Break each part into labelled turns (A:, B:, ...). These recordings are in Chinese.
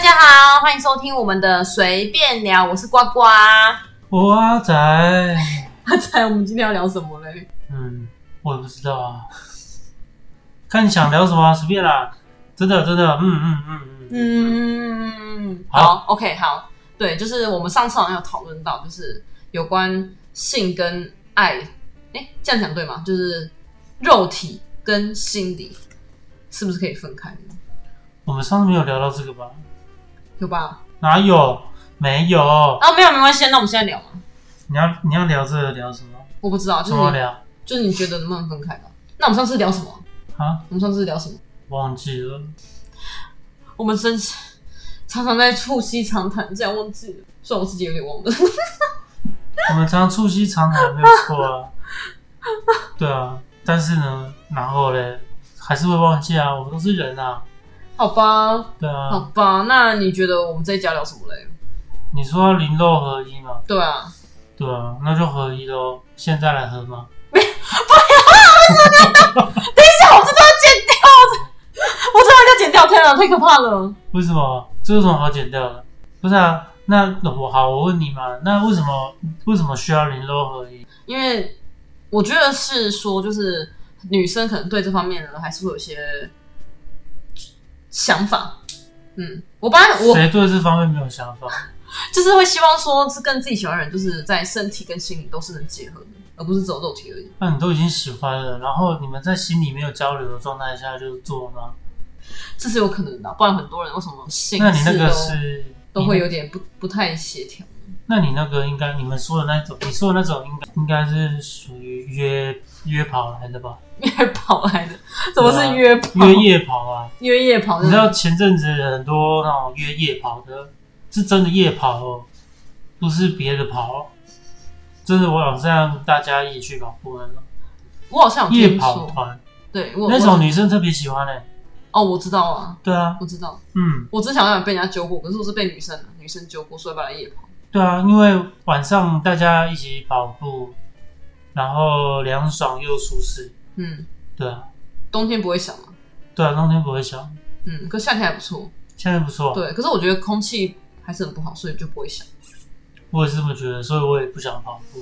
A: 家好，欢迎收听我们的随便聊，我是呱呱。
B: 我阿仔，
A: 阿仔，我们今天要聊什么嘞？
B: 嗯，我也不知道啊，看你想聊什么啊，随便啦，真的真的，嗯嗯嗯嗯，
A: 嗯，好
B: 好
A: o k 好，对，就是我们上次好像有讨论到，就是有关性跟爱，哎，这样讲对吗？就是肉体跟心理是不是可以分开呢？
B: 我们上次没有聊到这个吧？
A: 有吧？
B: 哪有？没有。
A: 啊，没有，没关系，那我们现在聊嘛。
B: 你要你要聊这个聊什么？
A: 我不知道，就
B: 怎么
A: 是你
B: 聊
A: 就是你觉得能不能分开吧？那我们上次聊什么？
B: 啊？
A: 我们上次聊什么？
B: 忘记了，
A: 我们真是常常在促膝长谈，这样忘记了，虽然我自己有点忘了。
B: 我们常促膝长谈没有错啊。对啊，但是呢，然后嘞，还是会忘记啊，我们都是人啊。
A: 好吧，
B: 对
A: 好
B: 啊，
A: 吧，那你觉得我们这一家聊什么嘞？
B: 你说零肉合一嘛？
A: 对啊，
B: 对啊，那就合一喽。现在来合吗？
A: 这我这都要剪掉，我这我这要剪掉，天啊，太可怕了！
B: 为什么？这有什么好剪掉的？不是啊，那我好，我问你嘛，那为什么为什么需要零肉合一？
A: 因为我觉得是说，就是女生可能对这方面呢，还是会有一些想法。嗯，我本来我
B: 谁对这方面没有想法？
A: 就是会希望说，是跟自己喜欢的人，就是在身体跟心理都是能结合的，而不是只有肉体而已。
B: 那你都已经喜欢了，然后你们在心里没有交流的状态下就做吗？
A: 这是有可能的啊，不然很多人为什么性
B: 那你那
A: 事
B: 个
A: 都
B: 是
A: 都会
B: 你
A: 有点不不太协调？
B: 那你那个应该你们说的那种，你说的那种应该应该是属于约约跑来 的吧？
A: 约跑来的，怎么是约跑？
B: 约夜跑啊！
A: 约夜跑，
B: 你知道前阵子很多那种约夜跑的，是真的夜跑哦，不是别的跑哦。真的，我想让大家一起去跑步那种
A: 我好像有
B: 夜
A: 哦听
B: 跑
A: 说，
B: 团，
A: 对我
B: 那种
A: 我
B: 女生特别喜欢嘞、欸
A: 哦，我知道啊，
B: 对啊，
A: 我知道，
B: 嗯，
A: 我之前好像有被人家揪过，可是我是被女生女生揪过，所以把她夜跑。
B: 对啊，因为晚上大家一起跑步，然后凉爽又舒适。
A: 嗯，
B: 对啊，
A: 冬天不会想嘛，
B: 对啊，冬天不会想，
A: 嗯，可夏天还不错，
B: 现在不错。
A: 对，可是我觉得空气还是很不好，所以就不会想。
B: 我也是这么觉得，所以我也不想跑步，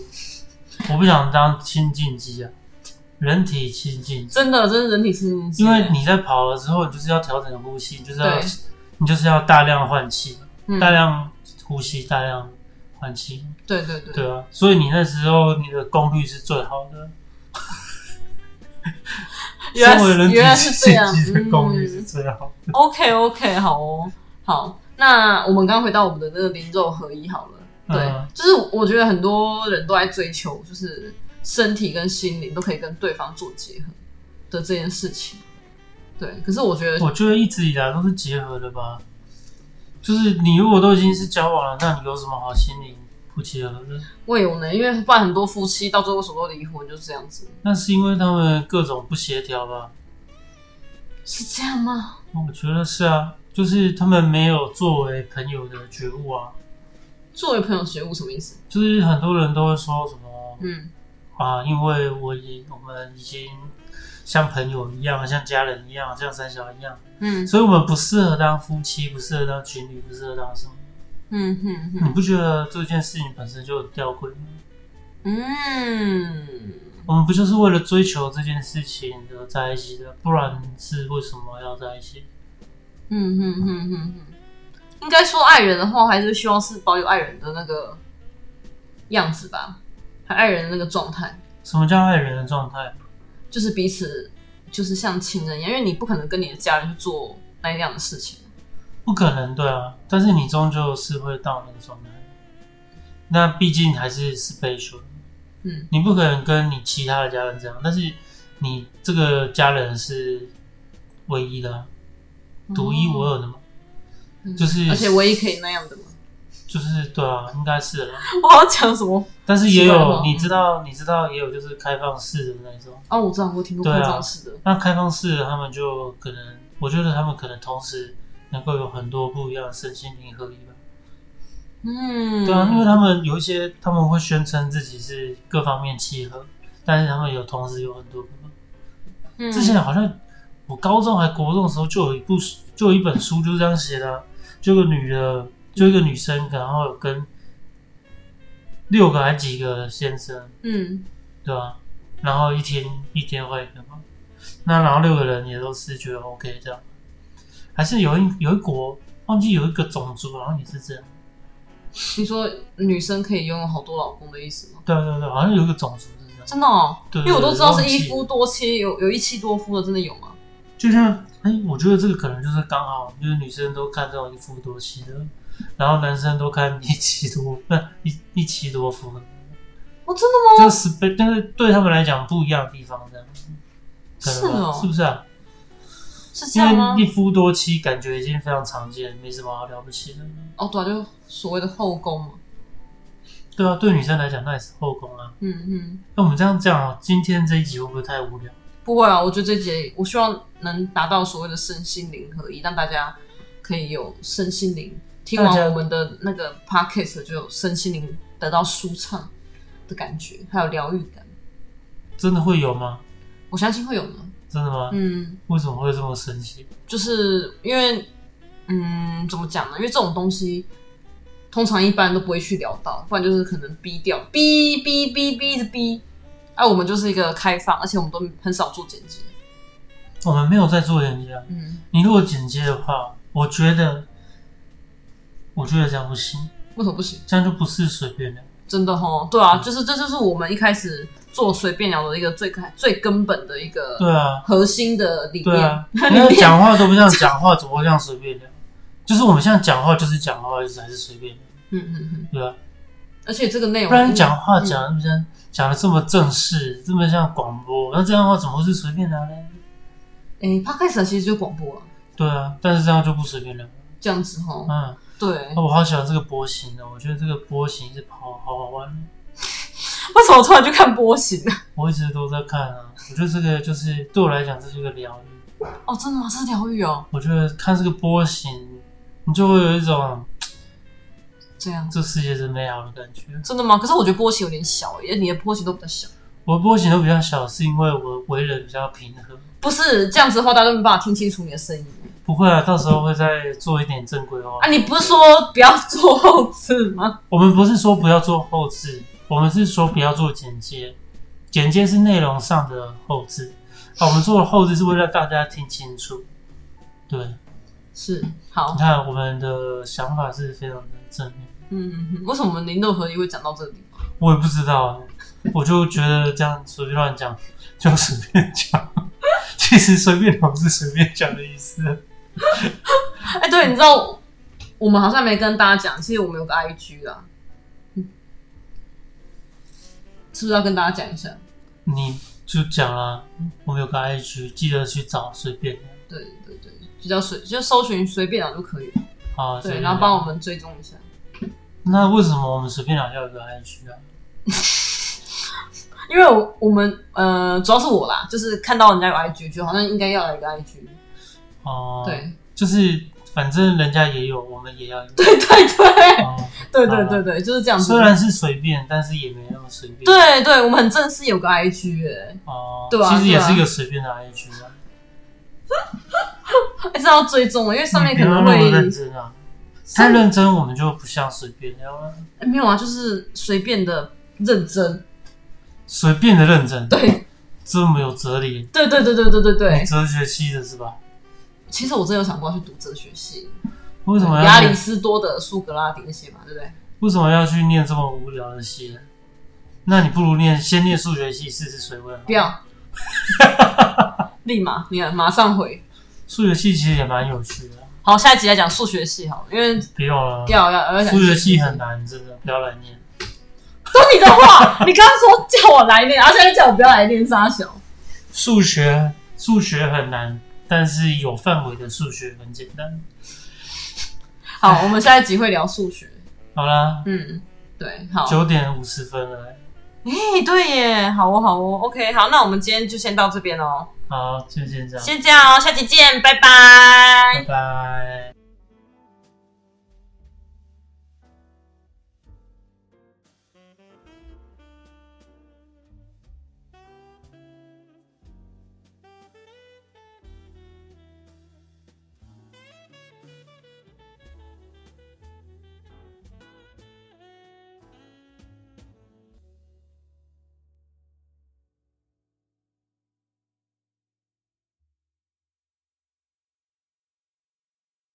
B: 我不想当新进机啊，人体新进
A: 真的，真的人体是，啊
B: 因为你在跑了之后，你就是要调整呼吸，你就是要
A: 对
B: 你就是要大量换气，
A: 嗯
B: 大量呼吸，大量换气，
A: 对对对，
B: 对啊，所以你那时候你的功率是最好的。
A: 原来
B: 身为人
A: 是原来
B: 体
A: 是这样
B: 器的功率是
A: 嗯
B: 最好的。
A: OK OK，好哦，好。那我们刚回到我们的那个零肉合一好了，对，
B: 嗯
A: 就是我觉得很多人都在追求，就是身体跟心灵都可以跟对方做结合的这件事情。对，可是我觉得，
B: 我觉得一直以来都是结合的吧，就是你如果都已经是交往了，那你有什么好心灵不结合的？
A: 我有呢，因为不然很多夫妻到最后为什么都离婚，就是这样子，
B: 那是因为他们各种不协调吧？
A: 是这样吗？
B: 我觉得是啊，就是他们没有作为朋友的觉悟啊。
A: 作为朋友觉悟什么意思？
B: 就是很多人都会说什么
A: 嗯，
B: 啊，因为我已我们已经像朋友一样，像家人一样，像三小一样，
A: 嗯
B: 所以我们不适合当夫妻，不适合当情侣，不适合当什么。
A: 嗯嗯
B: 你
A: 嗯
B: 不觉得这件事情本身就很吊诡吗？
A: 嗯，
B: 我们不就是为了追求这件事情而在一起的？不然是为什么要在一起？
A: 嗯嗯嗯嗯嗯，应该说爱人的话，还是希望是保有爱人的那个样子吧，还爱人的那个状态，
B: 什么叫爱人的状态？
A: 就是彼此就是像亲人一样，因为你不可能跟你的家人去做那样的事情。
B: 不可能，对啊。但是你终究是会到那个状态。那毕竟还是 special，
A: 嗯，
B: 你不可能跟你其他的家人这样，但是你这个家人是唯一的啊、独一无二的嘛，
A: 嗯
B: 就是
A: 而且唯一可以那样的嘛。
B: 就是对啊，应该是啦。
A: 我要讲什么？
B: 但是也
A: 奇怪了
B: 有，你知道，你知道也有就是开放式的那种，
A: 哦，我知道，我听过
B: 对
A: 扩
B: 啊
A: 张式的。
B: 那开放式的他们就可能，我觉得他们可能同时能够有很多不一样的身心灵合一吧。
A: 嗯，
B: 对啊，因为他们有一些他们会宣称自己是各方面契合，但是他们有同时有很多不同。
A: 嗯
B: 之前好像我高中还国中的时候就有一部就有一本书就是这样写的啊、就有个女的，就一个女生，然后有跟六个还几个先生，
A: 嗯，
B: 对吧、然后一天一天换一个嘛，那然后六个人也都是觉得 OK 这样，还是有一有一国忘记有一个种族，好像也是这样，
A: 你说女生可以拥有好多老公的意思吗？
B: 对啊对对，好像有一个种族是这样，
A: 真的哦，
B: 对
A: 因为我都知道是一
B: 忘
A: 夫多妻，有有一妻多夫的，真的有吗？
B: 就像哎、我觉得这个可能就是刚好，就是女生都看这种一夫多妻的，然后男生都看一妻多不是一一妻多夫的，
A: 哦，真的吗？
B: 就 s p 但是对他们来讲不一样的地方这样，可
A: 是
B: 能吧
A: 哦
B: 是不是啊？
A: 是这样吗
B: 因为？一夫多妻感觉已经非常常见，没什么好了不起的。
A: 哦，对啊，就所谓的后宫嘛。
B: 对啊，对女生来讲那也是后宫啊。
A: 嗯嗯，
B: 那我们这样讲哦，今天这一集会不会太无聊？
A: 不会啊，我觉得这节我希望能达到所谓的身心灵合一，让大家可以有身心灵。听
B: 大家
A: 完我们的那个 podcast 就有身心灵得到舒畅的感觉，还有疗愈感，
B: 真的会有吗？
A: 我相信会有呢。
B: 真的吗？
A: 嗯，
B: 为什么会这么神奇？
A: 就是因为，嗯，怎么讲呢？因为这种东西，通常一般都不会去聊到，不然就是可能逼掉，逼逼逼逼着逼。啊，我们就是一个开放，而且我们都很少做剪辑。
B: 我们没有在做啊人家。
A: 嗯，
B: 你如果剪接的话，我觉得，我觉得这样不行，
A: 为什么不行？
B: 这样就不是随便的。
A: 真的吼，对
B: 嗯
A: 啊，就是这就是我们一开始做随便聊的一个最开最根本的一个
B: 对啊，
A: 核心的理
B: 对
A: 念。
B: 啊， 你要讲话都不这样讲话，怎么会这样随便的？就是我们现在讲话就是讲话，就是还是随便的，
A: 嗯嗯嗯，
B: 对吧、啊
A: 而且这个内容
B: 不然讲话
A: 嗯
B: 讲得这么像讲的这么正式，这么像广播，那这样的话怎么会是随便聊呢？
A: 诶 p o d c a s 哎其实就广播了，
B: 对啊，但是这样就不随便聊。
A: 这样子吼，
B: 嗯，
A: 对，
B: 那我好喜欢这个波形哦，我觉得这个波形是好好好玩，
A: 为什么突然去看波形 呢？
B: 我一直都在看啊。我觉得这个就是对我来讲，这是一个疗愈。
A: 哦，真的吗？这是疗愈哦。
B: 我觉得看这个波形，你就会有一种
A: 这样子。
B: 这世界真美好的感觉。
A: 真的吗？可是我觉得波形有点小耶，你的波形都比较小。
B: 我的波形都比较小，是因为我为人比较平和。
A: 不是这样子的话，大家都没办法听清楚你的声音
B: 不会啊，到时候会再做一点正规化
A: 啊！。你不是说不要做后置吗？
B: 我们不是说不要做后置，我们是说不要做剪接，剪接是内容上的后置。啊，我们做的后置是为了让大家听清楚。对，你
A: 是，好，
B: 看我们的想法是非常的正面。
A: 嗯嗯，嗯为什么我们零六合一会讲到这里？
B: 我也不知道欸，我就觉得这样随便乱讲就随便讲， 其实随便聊是随便讲的意思。
A: 哎、对，你知道我们好像没跟大家讲，其实我们有个 IG 啊，嗯是不是要跟大家讲一下？
B: 你就讲啊，我们有个 IG，记得去找随便
A: 对对对，就叫随就搜寻随便聊就可以了。
B: 啊，随
A: 对，
B: 便
A: 然后
B: 聊
A: 帮我们追踪一下。
B: 那为什么我们随便聊要有个 IG 啊？
A: 因为我我们呃，主要是我啦，就是看到人家有 IG，就好像应该要有一个 IG，、
B: 哦、
A: 对
B: 就是反正人家也有，我们也要有。
A: 对对对
B: 哦
A: 对对对对，就是这样子
B: 虽。然是随便，但是也没那么随便。
A: 对对，我们很正式有个 IG 哎、
B: 哦，
A: 对啊
B: 其实也
A: 对啊
B: 是一个随便的 IG 啊，
A: 还是要追踪啊，因为上面
B: 你
A: 可
B: 不要
A: 能
B: 那
A: 会
B: 么认真啊。太认真，我们就不像随便聊了。
A: 哎没有啊，就是随便的认真。
B: 随便的认真，
A: 对
B: 这么有哲理，
A: 对对对对对对对
B: 你，哲学系的是吧？
A: 其实我真的有想过要去读哲学系，
B: 为什么
A: 亚
B: 要
A: 里士多德、苏格拉底那些嘛，对不对？
B: 为什么要去念这么无聊的系呢？那你不如念先念数学系试试水温。
A: 不 要，立马你看马上回。
B: 数学系其实也蛮有趣的，
A: 好，下一集来讲数学系好了，因为
B: 不用了。
A: 要要要讲
B: 数学系很难，真的不要来念。
A: 都你的话， 你刚刚说叫我来练，然后现在叫我不要来练沙小。
B: 数学数学很难，但是有范围的数学很简单。哎
A: 好，我们下一集会聊数学。
B: 好啦，
A: 嗯，对，好，
B: 九点五十分了，
A: 哎，对耶，好哦，好哦，OK，好，那我们今天就先到这边哦，
B: 好，就先这样，
A: 先这样哦，下集见，拜拜
B: 拜。拜。